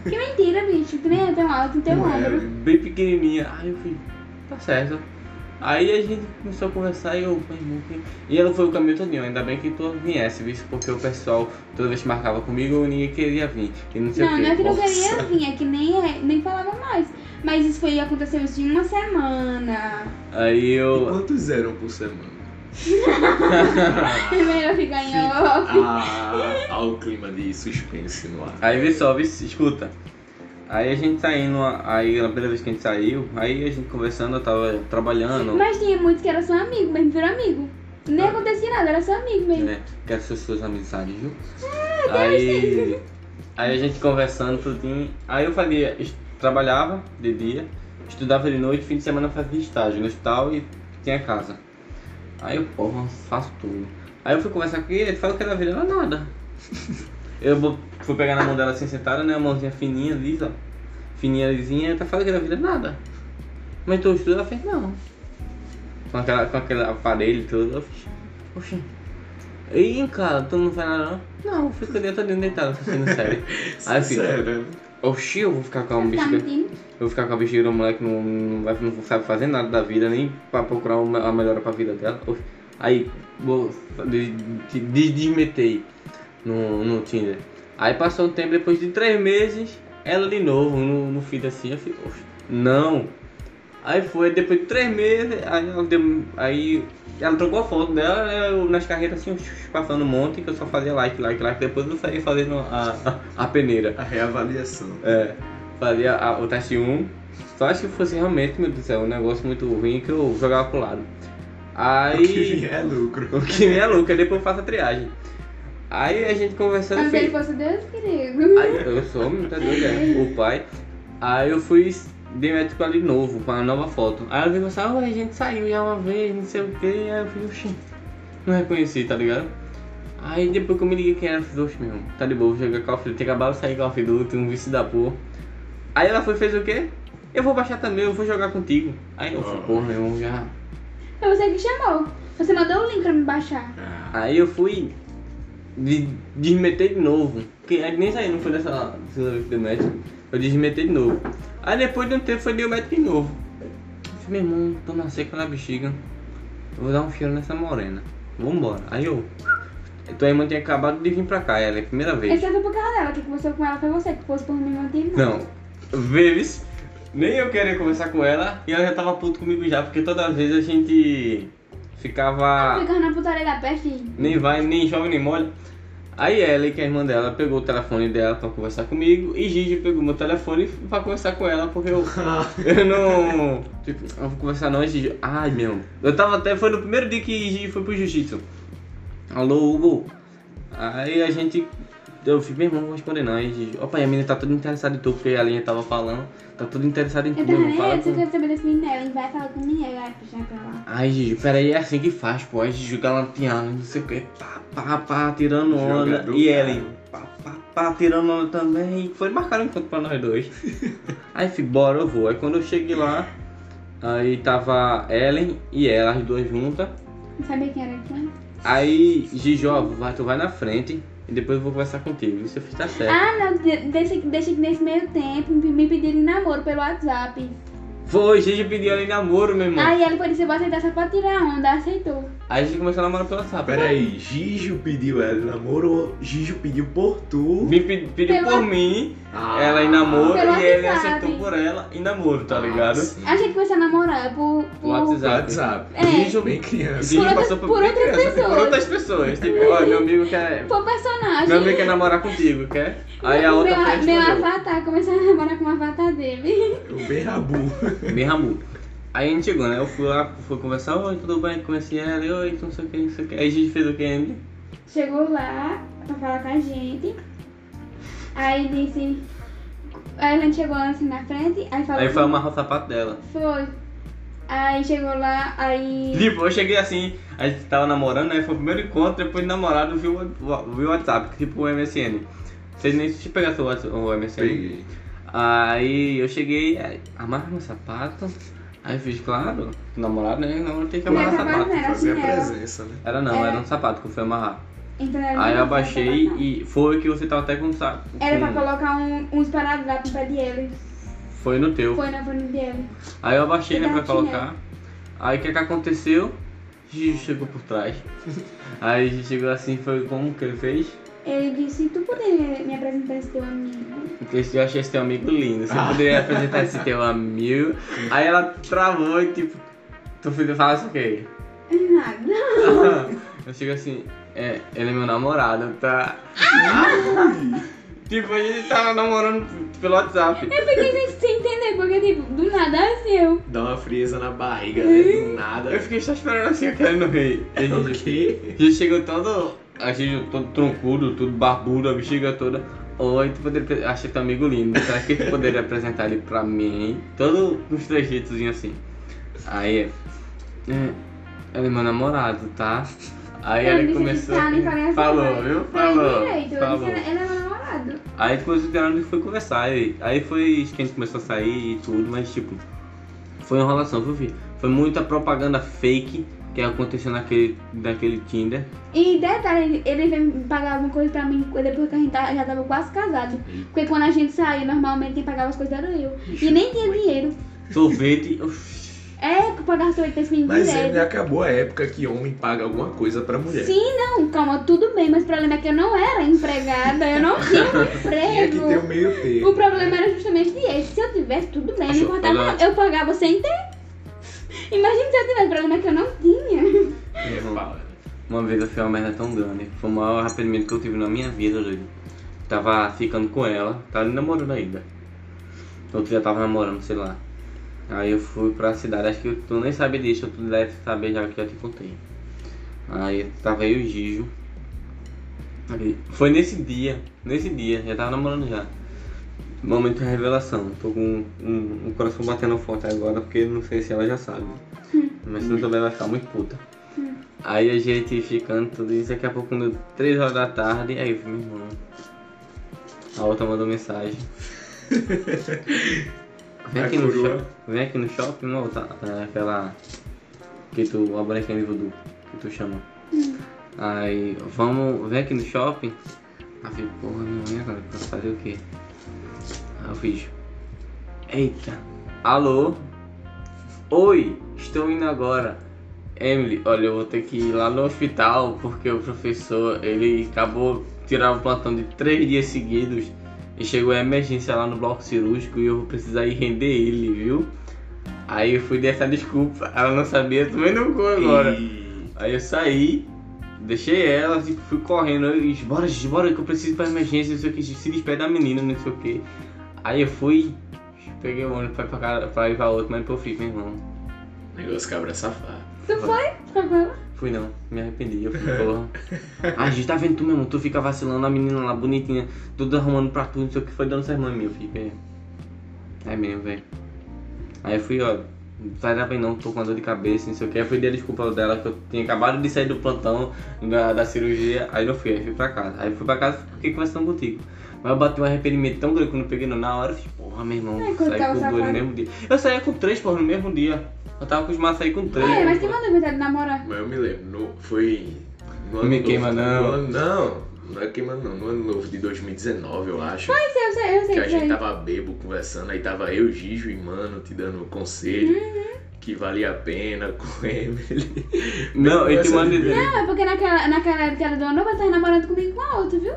[SPEAKER 2] que mentira, bicho. Tu nem é tão alto, não tem um
[SPEAKER 3] Não era,
[SPEAKER 2] ombro.
[SPEAKER 3] né?
[SPEAKER 1] Bem pequenininha. Aí eu falei, tá certo. Aí a gente começou a conversar e eu, meu irmão, quem- E ela foi o caminho todinho, ainda bem que tu viesse, visto porque o pessoal toda vez que marcava comigo, ninguém queria vir. E não sei o
[SPEAKER 2] Não,
[SPEAKER 1] quê.
[SPEAKER 2] não é que não
[SPEAKER 1] Pô,
[SPEAKER 2] queria vir, é que nem, é- nem falava mais. Mas isso foi aconteceu isso em uma semana.
[SPEAKER 1] Aí
[SPEAKER 3] E
[SPEAKER 1] eu.
[SPEAKER 3] quantos eram por semana?
[SPEAKER 2] Primeiro eu fiquei em off.
[SPEAKER 3] Ah, há o clima de suspense no ar.
[SPEAKER 1] Aí vê só, vê, se- escuta. Aí a gente saindo, aí na primeira vez que a gente saiu, aí a gente conversando, eu tava trabalhando,
[SPEAKER 2] Mas tinha muitos que era só amigo, mesmo virou amigo. Nem acontecia nada, era só amigo mesmo.
[SPEAKER 1] né? Quero ser suas amizades, viu? aí, aí a gente conversando, tudinho. Aí eu fazia, es- trabalhava de dia, estudava de noite, fim de semana eu fazia estágio no hospital e tinha casa. Aí eu, porra, faço tudo. Aí eu fui conversar com ele, ele falou que era vida, ela nada. eu bo- fui pegar na mão dela assim sentada, né? A mãozinha fininha, lisa, fininha, lisinha, eu falou tá que era vida, nada. Mas tu estuda, ela fez, não. Com, aquela, com aquele aparelho e tudo, eu fiz, oxi. Ih, cara, tu não faz nada não? Não, eu fico dentro ali deitado assistindo série. Aí fica,
[SPEAKER 3] Sincero.
[SPEAKER 1] oxi, eu vou ficar com a
[SPEAKER 2] Tá
[SPEAKER 1] bexiga.
[SPEAKER 2] mentindo?
[SPEAKER 1] Eu vou ficar com a bexiga do moleque, não, não, vai, não sabe fazer nada da vida, nem pra procurar uma, a melhora pra vida dela. Oxi. Aí, vou, de- de- de- desmetei no, no Tinder. Aí passou um tempo, depois de três meses, ela de novo no, no feed assim, eu falei, oxi, não. Aí foi, depois de três meses, aí ela, deu- aí ela trocou a foto dela, eu nas carreiras assim, passando um monte, que eu só fazia like, like, like, depois eu saía fazendo a, a, a peneira.
[SPEAKER 3] A reavaliação.
[SPEAKER 1] É, fazia a- o teste 1. Só acho que fosse realmente, meu Deus do céu, um negócio muito ruim que eu jogava pro lado.
[SPEAKER 3] O que
[SPEAKER 1] Aí.
[SPEAKER 3] vier é lucro.
[SPEAKER 1] O que me é louco, aí depois eu faço a triagem. Aí a gente conversando.
[SPEAKER 2] Mas se
[SPEAKER 1] fez-
[SPEAKER 2] ele fosse Deus, querido.
[SPEAKER 1] Então, Aí eu sou, tá doido, é, o pai. Aí eu fui, dei médico ali de novo, com a nova foto. Aí ela veio e falou assim, "Ah, a gente saiu já uma vez, não sei o que. Aí eu falei, oxi, não reconheci, tá ligado? Aí depois que eu me liguei quem era, eu falei, oxi, meu irmão, tá de boa, vou jogar Call of Duty, acabava de sair Call of Duty, um vício da porra. Aí ela foi e fez o quê? Eu vou baixar também, eu vou jogar contigo. Aí eu falei,
[SPEAKER 3] Oh.
[SPEAKER 1] porra, meu irmão, já...
[SPEAKER 2] Foi você que chamou. Você mandou o link pra me baixar.
[SPEAKER 3] Ah,
[SPEAKER 1] Aí eu fui de- desmeter de novo. Que a gente nem saiu, não foi dessa segunda vez do médico. Eu desmetei de novo. Aí depois de um tempo foi de médico de novo. Eu falei, meu irmão, tô na seca na bexiga. Eu vou dar um cheiro nessa morena. Vambora. Aí eu. Tua irmã tinha acabado de vir pra cá, ela é a primeira vez.
[SPEAKER 2] Essa foi por causa dela, que conversou com ela foi você, que fosse por mim não tem nada.
[SPEAKER 1] Não, vezes. Nem eu queria conversar com ela e ela já tava puto comigo já, porque toda vez a gente ficava.
[SPEAKER 2] Ficava na putaria da peste.
[SPEAKER 1] nem vai, nem chove, nem molha. Aí ela, que é a irmã dela, pegou o telefone dela pra conversar comigo e Gigi pegou meu telefone pra conversar com ela, porque eu, eu não. Tipo, eu não vou conversar não, Gigi. Ai meu. Eu tava até. Foi no primeiro dia que Gigi foi pro jiu-jitsu. Alô, Hugo. Aí a gente eu fiz, meu irmão, não vou responder não. Aí, ó pai, a menina tá toda interessada em tu, porque a linha tava falando. Tá toda interessada em tu,
[SPEAKER 2] Eu
[SPEAKER 1] meu
[SPEAKER 2] tava
[SPEAKER 1] irmão. Fala
[SPEAKER 2] nervosa,
[SPEAKER 1] com-
[SPEAKER 2] você quer saber desse menino, ele vai falar com comigo, eu acho, já pra lá.
[SPEAKER 1] Ai, Gigi, peraí, é assim que faz, pô. Aí, Gigi galanteando, não sei o que, pá, pá, pá, tirando onda.
[SPEAKER 3] Jogador, é
[SPEAKER 1] e
[SPEAKER 3] cara.
[SPEAKER 1] Ellen, pá, pá, pá, tirando onda também. E Foi marcar um encontro pra nós dois. aí, fui, bora, eu vou. Aí, quando eu cheguei lá, aí tava Ellen e ela, as duas juntas.
[SPEAKER 2] Não sabia quem era quem?
[SPEAKER 1] Aí, Gigi, ó, vai, tu vai na frente e depois eu vou conversar contigo. Isso eu fiz tá certo.
[SPEAKER 2] Ah, não, de- deixa, deixa que nesse meio tempo me me pedirem namoro pelo WhatsApp.
[SPEAKER 1] Hum. Foi, Gigi pediu ali namoro, meu irmão.
[SPEAKER 2] Aí ele pode ser você dessa pra tirar onda, aceitou.
[SPEAKER 1] Aí a gente começou a namorar pela sapa.
[SPEAKER 3] Peraí, Gijo pediu ela em namoro ou Gijo pediu por tu?
[SPEAKER 1] Me pe- pediu
[SPEAKER 2] Pela-
[SPEAKER 1] por mim,
[SPEAKER 3] Ah,
[SPEAKER 1] ela em namoro
[SPEAKER 2] Pelo
[SPEAKER 1] e ele
[SPEAKER 2] WhatsApp.
[SPEAKER 1] aceitou por ela em namoro, tá ligado?
[SPEAKER 3] sim.
[SPEAKER 2] A gente começou a namorar por. por...
[SPEAKER 1] WhatsApp.
[SPEAKER 3] WhatsApp.
[SPEAKER 2] É.
[SPEAKER 1] Gijo,
[SPEAKER 3] Bem criança.
[SPEAKER 1] Gijo
[SPEAKER 2] Por
[SPEAKER 1] passou
[SPEAKER 2] outra-
[SPEAKER 1] por,
[SPEAKER 2] por
[SPEAKER 1] bem
[SPEAKER 2] outras
[SPEAKER 1] criança, assim,
[SPEAKER 2] pessoas.
[SPEAKER 1] Por outras pessoas. Tipo, ó, meu amigo quer.
[SPEAKER 2] Por personagem.
[SPEAKER 1] Meu amigo quer namorar contigo, quer? Aí a outra
[SPEAKER 2] meu,
[SPEAKER 1] fez.
[SPEAKER 2] meu avatar começou a namorar com o avatar dele.
[SPEAKER 3] Eu bem rabu.
[SPEAKER 1] Bem ramu. Aí a gente chegou, né? Eu fui lá, fui conversar, oi, tudo bem? Comecei ela, oi, não sei o que, não sei o que. Aí a gente fez o que, Emily?
[SPEAKER 2] Chegou lá pra falar com a gente. Aí disse. Aí a gente chegou lá assim na frente, aí falou.
[SPEAKER 1] Aí foi
[SPEAKER 2] assim,
[SPEAKER 1] amarrar o sapato dela.
[SPEAKER 2] Foi. Aí chegou lá, aí.
[SPEAKER 1] Tipo, eu cheguei assim, a gente tava namorando, aí foi o primeiro encontro, depois namorado viu o viu o WhatsApp, tipo o MSN. Vocês nem se pegar seu WhatsApp, o MSN.
[SPEAKER 3] Peguei.
[SPEAKER 1] Aí eu cheguei, aí, amarra meu sapato. Aí eu fiz, claro, namorado, né? Namorado tem que
[SPEAKER 2] Não
[SPEAKER 1] amarrar
[SPEAKER 2] era
[SPEAKER 1] sapato.
[SPEAKER 2] trabalho, não era
[SPEAKER 3] Fazer a
[SPEAKER 2] chinelo.
[SPEAKER 3] presença, né?
[SPEAKER 1] Era não,
[SPEAKER 2] Era-
[SPEAKER 1] era um sapato que eu fui amarrar.
[SPEAKER 2] Então, era
[SPEAKER 1] Aí eu
[SPEAKER 2] pra
[SPEAKER 1] abaixei
[SPEAKER 2] colocar-
[SPEAKER 1] e foi que você tava até com saco.
[SPEAKER 2] Era pra colocar um, uns paradrapos no pé dele.
[SPEAKER 1] Foi no teu.
[SPEAKER 2] Foi na frente dele.
[SPEAKER 1] Aí eu abaixei, né, pra
[SPEAKER 2] Pedacinho.
[SPEAKER 1] colocar. Aí o que que aconteceu? Gigi chegou por trás. Aí Gigi chegou assim, foi como que ele fez?
[SPEAKER 2] Ele disse, tu poderia me apresentar esse teu amigo?
[SPEAKER 1] Porque eu achei esse teu amigo lindo. Você
[SPEAKER 2] Ah.
[SPEAKER 1] poderia apresentar esse teu amigo. Aí ela travou e tipo, tu fez assim, falasse o quê?
[SPEAKER 2] Nada.
[SPEAKER 1] Eu chego assim, é, ele é meu namorado, tá? tipo, a gente tava namorando pelo WhatsApp.
[SPEAKER 2] Eu fiquei sem, sem entender, porque tipo, do nada assim eu.
[SPEAKER 3] Dá uma frieza na barriga, né? Do nada.
[SPEAKER 1] Eu fiquei só esperando assim, eu querendo rir. E a
[SPEAKER 3] O
[SPEAKER 1] gente,
[SPEAKER 3] quê?
[SPEAKER 1] a gente chegou todo. A gente todo troncudo, tudo barbudo, a bexiga toda. Oi, tu poderia. Achei teu amigo lindo. Será que tu poderia apresentar ele pra mim? Todo uns trejeitozinhos assim. Aí. é, Ele é meu namorado, tá? Aí
[SPEAKER 2] eu
[SPEAKER 1] ele
[SPEAKER 2] disse,
[SPEAKER 1] começou.
[SPEAKER 2] Tá, nem falei assim,
[SPEAKER 1] falou,
[SPEAKER 2] mas-
[SPEAKER 1] viu?
[SPEAKER 2] Falei
[SPEAKER 1] Falou.
[SPEAKER 2] direito, eu
[SPEAKER 1] falou.
[SPEAKER 2] disse, ele é meu namorado.
[SPEAKER 1] Aí depois o Geraldo foi conversar, aí, aí foi que a gente começou a sair e tudo, mas tipo, foi enrolação, viu, filho? Foi muita propaganda fake que aconteceu naquele, naquele Tinder.
[SPEAKER 2] E detalhe, ele- ele veio pagar alguma coisa pra mim depois que a gente tá- já tava quase casado. Porque quando a gente saía, normalmente quem pagava as coisas era eu. E nem tinha dinheiro.
[SPEAKER 1] Sorvete. uf,
[SPEAKER 2] É, que eu pagava sorvete pra esse menino
[SPEAKER 3] Mas é
[SPEAKER 2] direto.
[SPEAKER 3] ainda acabou a época que homem paga alguma coisa pra mulher.
[SPEAKER 2] Sim, não, calma, tudo bem, mas o problema é que eu não era empregada, eu não tinha um
[SPEAKER 3] Tinha é que ter
[SPEAKER 2] emprego.
[SPEAKER 3] o meio
[SPEAKER 2] O
[SPEAKER 3] termo.
[SPEAKER 2] problema era justamente esse. Se eu tivesse, tudo bem, não
[SPEAKER 1] Acho-
[SPEAKER 2] importava,
[SPEAKER 1] olha-
[SPEAKER 2] não. eu pagava sem ter. Imagina se eu tivesse, o problema é que eu não tinha.
[SPEAKER 3] É, fala.
[SPEAKER 1] Uma vez eu fiz uma merda tão grande. Foi o maior arrependimento que eu tive na minha vida, doido. Tava ficando com ela, tava namorando ainda. Outro já tava namorando, sei lá. Aí eu fui pra cidade, acho que tu nem sabe disso, tu deve saber já que eu te contei. Aí tava eu e o Gijo. Aí, foi nesse dia, nesse dia, já tava namorando já. Momento de revelação, tô com um, um coração batendo forte agora porque não sei se ela já sabe. Mas se não souber, ela vai ficar muito puta. Aí a gente ficando tudo isso, daqui a pouco, quando 3 horas da tarde, aí eu falei, meu irmão. A outra mandou mensagem. Vem
[SPEAKER 3] A
[SPEAKER 1] aqui, no
[SPEAKER 3] coroa.
[SPEAKER 1] shopping, vem aqui no shopping, não, tá, tá, aquela. Que tu. A bonequinha de voodoo, que tu chama. Aí, vamos, vem aqui no shopping. Aí eu falei, porra, não é agora, posso fazer o quê? Aí eu fiz. Eita, alô? Oi, estou indo agora. Emily, olha, eu vou ter que ir lá no hospital porque o professor ele acabou de tirar o plantão de três dias seguidos e chegou a emergência lá no bloco cirúrgico e eu vou precisar ir render ele, viu? Aí eu fui dessa desculpa, ela não sabia, eu também não vou agora.
[SPEAKER 3] E...
[SPEAKER 1] Aí eu saí, deixei ela, tipo, fui correndo, eu disse, bora, gente, bora que eu preciso ir pra emergência, não sei o que, se despede da menina, não sei o que. Aí eu fui, peguei o ônibus pra, ir pra, casa- pra ir pra outro, mas depois eu fiz, meu irmão.
[SPEAKER 3] Negócio cabra safado.
[SPEAKER 2] Tu foi? Ficou com ela?
[SPEAKER 1] Fui não, me arrependi, eu fui, porra. A gente tá vendo tu mesmo, tu fica vacilando a menina lá bonitinha, tudo arrumando pra tudo, não sei o que foi dando sermão em mim, eu fiquei. É mesmo, velho. Aí eu fui, ó, não vai dar bem não, tô com dor de cabeça, não sei o que. Aí fui dar desculpa dela, que eu tinha acabado de sair do plantão da, da cirurgia, aí não fui, aí fui pra casa. Aí fui pra casa e fiquei conversando contigo. Mas eu bati um arrependimento tão grande quando eu peguei no- na hora, eu fiz, porra, meu irmão, saí
[SPEAKER 2] Ai,
[SPEAKER 1] com dois
[SPEAKER 2] coitado,
[SPEAKER 1] no
[SPEAKER 2] É, safado.
[SPEAKER 1] mesmo dia. Eu saía com três, porra, no mesmo dia. Eu tava acostumado a sair com três.
[SPEAKER 2] Olha, Ah, é, mas
[SPEAKER 1] porra.
[SPEAKER 2] quem mandou verdade namorar?
[SPEAKER 3] Mas eu me lembro, no- foi. No
[SPEAKER 1] Não me
[SPEAKER 3] novo-
[SPEAKER 1] queima, não.
[SPEAKER 3] no ano- não, não é queima não. No ano novo de 2019, eu acho.
[SPEAKER 2] Eu sei, eu sei, eu sei.
[SPEAKER 3] que a
[SPEAKER 2] eu
[SPEAKER 3] gente tá-
[SPEAKER 2] sei.
[SPEAKER 3] tava bebo conversando, aí tava eu, Gijo e Mano te dando um conselho
[SPEAKER 2] Uhum.
[SPEAKER 3] que valia a pena com Emily.
[SPEAKER 1] Não, eu te
[SPEAKER 3] Essa-
[SPEAKER 1] mando
[SPEAKER 2] Não, é porque naquela, naquela época ela do Nova tava namorando comigo com a outra, viu?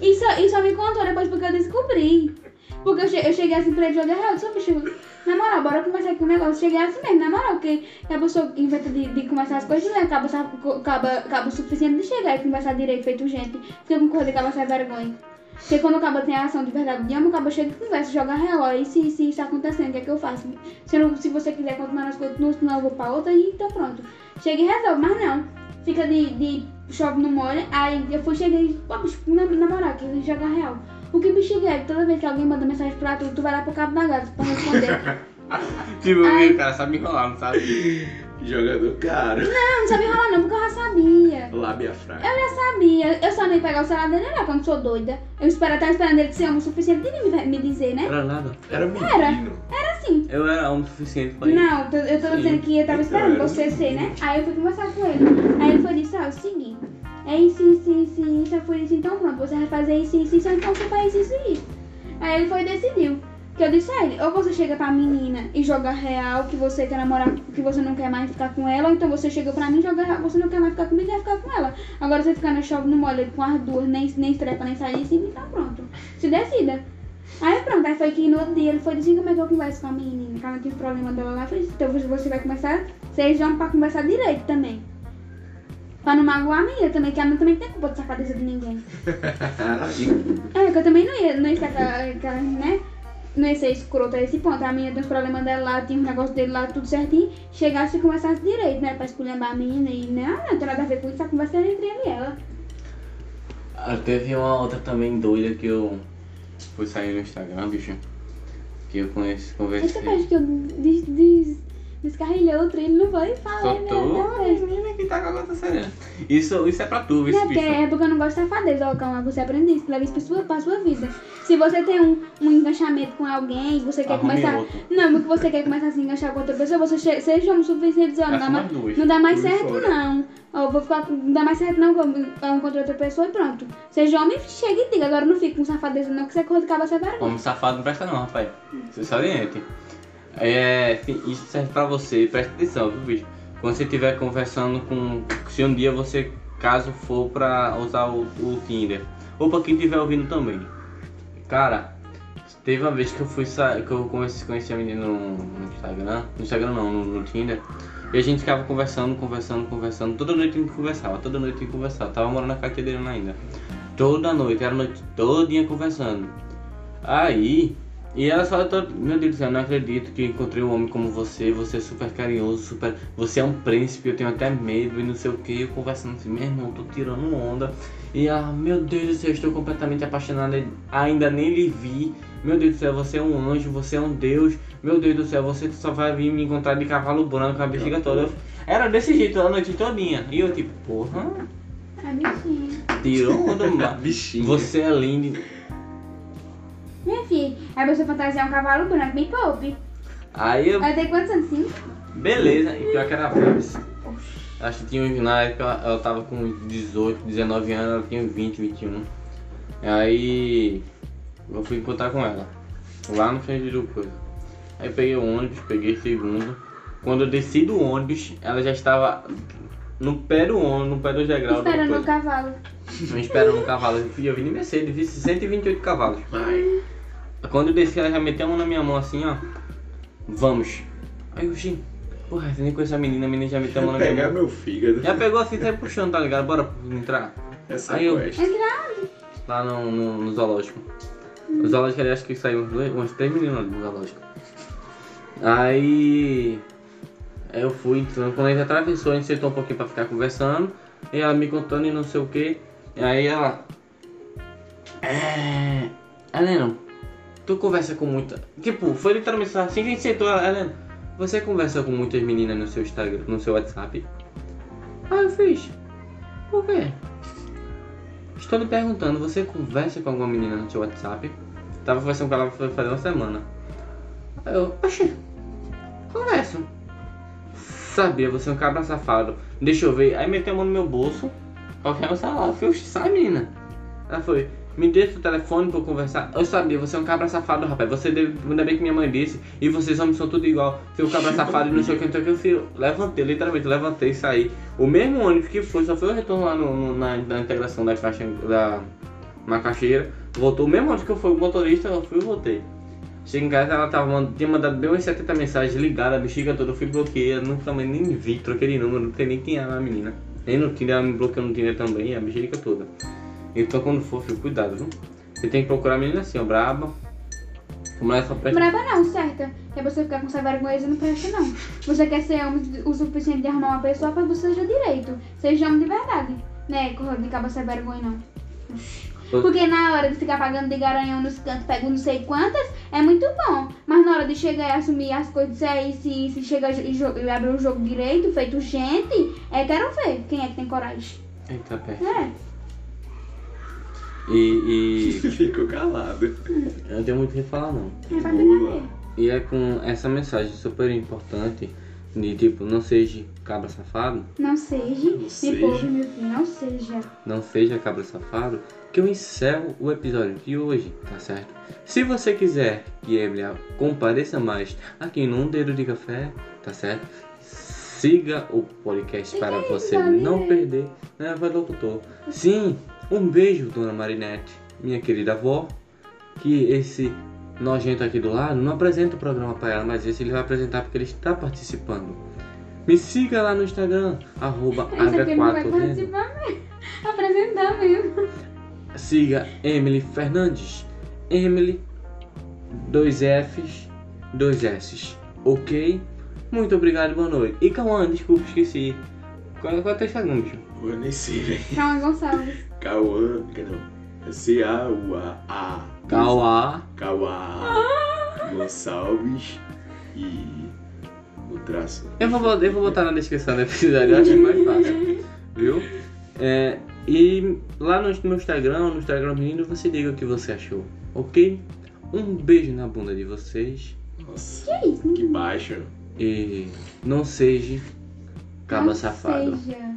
[SPEAKER 2] Isso, isso só me contou depois porque eu descobri. Porque eu, che- eu cheguei assim pra ele jogar real, só bicho. Na moral, bora começar aqui um negócio. Cheguei assim mesmo, na moral, porque a pessoa inventa de, de começar as coisas, né? Acaba, sa- co- acaba, acaba o suficiente de chegar e conversar direito, feito gente. Porque eu concordo que acaba sem vergonha. Porque quando acaba tem a ação de verdade de amo, acaba chega e conversa, joga real. Aí se, se isso tá acontecendo, o que é que eu faço? Se, não, se você quiser continuar nas coisas, não, senão eu vou pra outra e então pronto. Chega e resolve, mas não. Fica de, de chove no molho, aí eu fui, cheguei, pô, bicho, na, na moral, que joga real. O que me chega é que toda vez que alguém manda mensagem pra tu, tu vai lá pro cabo da gata pra responder.
[SPEAKER 1] Tipo,
[SPEAKER 2] Ai.
[SPEAKER 1] o cara sabe enrolar, não sabe?
[SPEAKER 3] Jogador caro.
[SPEAKER 2] não, não sabia rolar não, porque eu já sabia.
[SPEAKER 3] Lábia fraca.
[SPEAKER 2] Eu sabia, eu só nem pegar o celular dele lá quando sou doida. Eu esperava, tava esperando ele ser homem o suficiente de me, me dizer, né?
[SPEAKER 1] Era nada.
[SPEAKER 3] Era menino.
[SPEAKER 2] Assim,
[SPEAKER 1] Eu era homem o suficiente pra isso.
[SPEAKER 2] não, tô- eu tô
[SPEAKER 1] Sim.
[SPEAKER 2] dizendo que eu tava esperando
[SPEAKER 3] Então,
[SPEAKER 2] você ser, né? Aí eu fui conversar com ele. Aí ele foi disse, ó, é o seguinte, é isso, isso, isso, isso, eu fui isso, então pronto, você vai fazer isso, isso, isso, então você faz isso e isso. Aí ele foi e decidiu. Que eu disse a ele, ou você chega pra menina e joga real que você quer namorar, que você não quer mais ficar com ela, ou então você chega pra mim e joga real que você não quer mais ficar comigo e quer ficar com ela. Agora você ficar no chove no molho com as duas, nem, nem estrepa, nem sai de cima, então pronto. Se decida. Aí pronto, aí foi que no outro dia ele foi dizer como é que eu converso com a menina, que ela tinha um problema dela lá, eu falei, então você vai conversar, vocês vão pra conversar direito também. Pra não magoar a menina também, que a menina também não tem culpa de safadeza de ninguém. É, que eu também não ia, não ia ser aquela, aquela, né? Não ia ser escrota a esse ponto. A menina tem os problemas dela lá, tinha os negócios dele lá, tudo certinho. Chegasse e conversasse direito, né? Pra esculhambar a menina e não, não tem nada a ver com isso, a conversa era entre ele e ela.
[SPEAKER 1] Ah, Teve uma outra também doida que eu fui sair no Instagram, bicho. Que eu conheci,
[SPEAKER 2] É
[SPEAKER 1] conversei.
[SPEAKER 2] capaz que eu des, des, descarrilhei o trem, não vai falar,
[SPEAKER 1] Só
[SPEAKER 2] né?
[SPEAKER 1] tô.
[SPEAKER 2] Não, é.
[SPEAKER 1] Menina, que tá acontecendo? Isso, isso é pra tu,
[SPEAKER 2] Não,
[SPEAKER 1] esse
[SPEAKER 2] porque
[SPEAKER 1] bicho.
[SPEAKER 2] é porque eu não gosto de safadeza, ó, é calma, você aprende isso, leva isso pra sua, pra sua vida. Se você tem um, um enganchamento com alguém, você quer
[SPEAKER 1] Arrume
[SPEAKER 2] começar.
[SPEAKER 1] outro.
[SPEAKER 2] Não, mas que você quer começar a se enganchar com outra pessoa, você che- seja homem o suficiente dizer, ó, não,
[SPEAKER 1] Gasta
[SPEAKER 2] dá
[SPEAKER 1] mais
[SPEAKER 2] mais-
[SPEAKER 1] duas.
[SPEAKER 2] não dá mais
[SPEAKER 3] Duas
[SPEAKER 2] certo
[SPEAKER 3] fora.
[SPEAKER 2] não. Ó, vou ficar, com- não dá mais certo não, que eu eu encontrei outra pessoa e pronto. Seja homem, chega e diga, agora não fica com safadeza não, que você corre de cabo essa vergonha.
[SPEAKER 1] Homem safado não presta não, rapaz. Você saliente. É, fi- isso serve pra você, presta atenção, viu, bicho? Quando você estiver conversando com. Se um dia você, caso for pra usar o, o Tinder, ou pra quem estiver ouvindo também. Cara, teve uma vez que eu fui sa- que eu comecei a conhecer a menina no, no Instagram. No Instagram não, no, no Tinder. E a gente ficava conversando, conversando, conversando. Toda noite a gente conversava, toda noite a gente conversava. Tava morando na Caterina ainda. Toda noite, era a noite todinha conversando. Aí, e ela só, tô, meu Deus do céu, eu não acredito que eu encontrei um homem como você, você é super carinhoso, super, você é um príncipe, eu tenho até medo e não sei o que, eu conversando assim, meu irmão, tô tirando onda. E ah, meu Deus do céu, eu estou completamente apaixonada, ainda nem lhe vi. Meu Deus do céu, você é um anjo, você é um deus. Meu Deus do céu, você só vai vir me encontrar de cavalo branco, a bexiga toda. Eu- Era desse jeito a noite todinha. E eu tipo, porra,
[SPEAKER 2] Ah, bichinho.
[SPEAKER 1] tirou onda, mano.
[SPEAKER 3] Bichinha.
[SPEAKER 1] Você é lindo.
[SPEAKER 2] Minha filha, aí você fantasiar um cavalo branco, me poupe.
[SPEAKER 1] Aí eu
[SPEAKER 2] Aí tem quantos anos? Cinco?
[SPEAKER 1] Beleza, e pior que era Vibes. Acho que tinha uns na época, ela- ela tava com 18, 19 anos, ela tinha 20, 21. Aí eu fui encontrar com ela, lá no frente do coisa. Aí peguei o ônibus, peguei o segundo. Quando eu desci do ônibus, ela já estava no pé do ônibus, no pé do degrau do
[SPEAKER 2] Esperando o
[SPEAKER 1] coisa.
[SPEAKER 2] cavalo.
[SPEAKER 1] Me esperando o cavalo. Eu fui- eu vim de Mercedes, vi 128 cavalos.
[SPEAKER 3] Vai.
[SPEAKER 1] Quando eu desci, ela já meteu a mão na minha mão assim, ó. Vamos. Aí eu, gente, porra, você nem conhece a menina, a menina já meteu a mão na minha
[SPEAKER 3] Pegar
[SPEAKER 1] mão.
[SPEAKER 3] meu fígado.
[SPEAKER 1] Já pegou assim, sai puxando, tá ligado? Bora entrar
[SPEAKER 3] Essa
[SPEAKER 1] Aí eu-
[SPEAKER 3] quest.
[SPEAKER 2] Entrar?
[SPEAKER 1] lá no, no, no zoológico. No zoológico ali acho que saiu uns, dois, uns três meninos ali no zoológico. Aí. Aí eu fui entrando, quando a gente atravessou, a gente sentou um pouquinho pra ficar conversando. E ela me contando e não sei o que. E aí ela. É. Helena, tu conversa com muita. Tipo, foi literalmente assim que a gente sentou. Ela, Helena, você conversa com muitas meninas no seu Instagram, no seu WhatsApp? Aí eu fiz. Por quê? Estou lhe perguntando, você conversa com alguma menina no seu WhatsApp? Tava conversando com ela foi fazer uma semana. Aí eu, oxi, converso. Sabia, você é um cabra safado. Deixa eu ver. Aí meteu a mão no meu bolso. Qualquer meu celular. Eu falei, oxi, sai, menina. Ela foi, me dê seu telefone pra eu conversar. Eu sabia, você é um cabra safado, rapaz. Você deve. Ainda bem que minha mãe disse. E vocês homens são tudo igual. Seu cabra safado e não sei o que, não sei o que. Eu fui, levantei, literalmente, levantei e saí. O mesmo ônibus que foi, só foi o retorno lá no, no- na, na integração da caixa. Da macaxeira. Voltou o mesmo ônibus que eu fui, o motorista, eu fui e voltei. Cheguei em casa, ela tava, mand- tinha mandado bem umas 70 mensagens, ligada, a bexiga toda, eu fui bloqueei, eu nunca mais nem vi, troquei de número, não sei nem quem era a menina. Nem no Tinder, ela me bloqueou no Tinder também, a bexiga toda. Então quando for, filho, cuidado, viu? Você tem que procurar a menina assim, ó, braba. Como ela só presta...
[SPEAKER 2] Brava não, certa. É você ficar com essa vergonha não presta não. Você quer ser homem o suficiente de arrumar uma pessoa pra você seja direito. Seja homem de verdade. Né, correndo de cabo sem vergonha não. Porque na hora de ficar pagando de garanhão nos cantos, pego não sei quantas, é muito bom. Mas na hora de chegar e assumir as coisas aí, se, se chega e, jo- e abrir o jogo direito, feito gente, é quero ver quem é que tem coragem.
[SPEAKER 1] Eita, pé.
[SPEAKER 2] É.
[SPEAKER 1] E, e...
[SPEAKER 3] Fico calado.
[SPEAKER 1] Eu não tenho muito o que falar, não.
[SPEAKER 2] É pra
[SPEAKER 3] Boa.
[SPEAKER 2] pegar
[SPEAKER 1] E é com essa mensagem super importante de, tipo, não seja cabra safado,
[SPEAKER 2] Não seja.
[SPEAKER 3] Não
[SPEAKER 2] me
[SPEAKER 3] seja.
[SPEAKER 2] poupe, meu filho, não seja.
[SPEAKER 1] não seja cabra safado, que eu encerro o episódio de hoje, tá certo? Se você quiser que Emily compareça mais aqui num Dedo de Café, tá certo? Siga o podcast para você
[SPEAKER 2] Marinette?
[SPEAKER 1] não perder, né? Vai locutor. Sim, um beijo, dona Marinette, minha querida avó, que esse nojento aqui do lado não apresenta o programa para ela, mas esse ele vai apresentar porque ele está participando. Me siga lá no Instagram, arroba
[SPEAKER 2] Esse aqui não vai
[SPEAKER 1] h4dedo.
[SPEAKER 2] participar mesmo. Apresentar mesmo.
[SPEAKER 1] Siga Emily Fernandes. Emily, dois Fs, dois Ss. Ok? Muito obrigado, boa noite. E Cauã, desculpa, esqueci. Qual, qual é o teu Instagram, bicho?
[SPEAKER 3] Eu nem sei, velho.
[SPEAKER 2] Calma, Gonçalves.
[SPEAKER 3] Cauã, que não. É C-A-U-A-A.
[SPEAKER 1] Cauã.
[SPEAKER 3] Cauã Gonçalves e o traço.
[SPEAKER 1] Eu vou, bot- eu vou botar na descrição do episódio, eu acho mais fácil. Viu? É, e lá no meu Instagram, no Instagram menino, você diga o que você achou, ok? Um beijo na bunda de vocês
[SPEAKER 3] Nossa,
[SPEAKER 2] Que É isso?
[SPEAKER 3] que baixo.
[SPEAKER 1] e não seja caba
[SPEAKER 2] Não
[SPEAKER 1] safado.
[SPEAKER 2] Seja.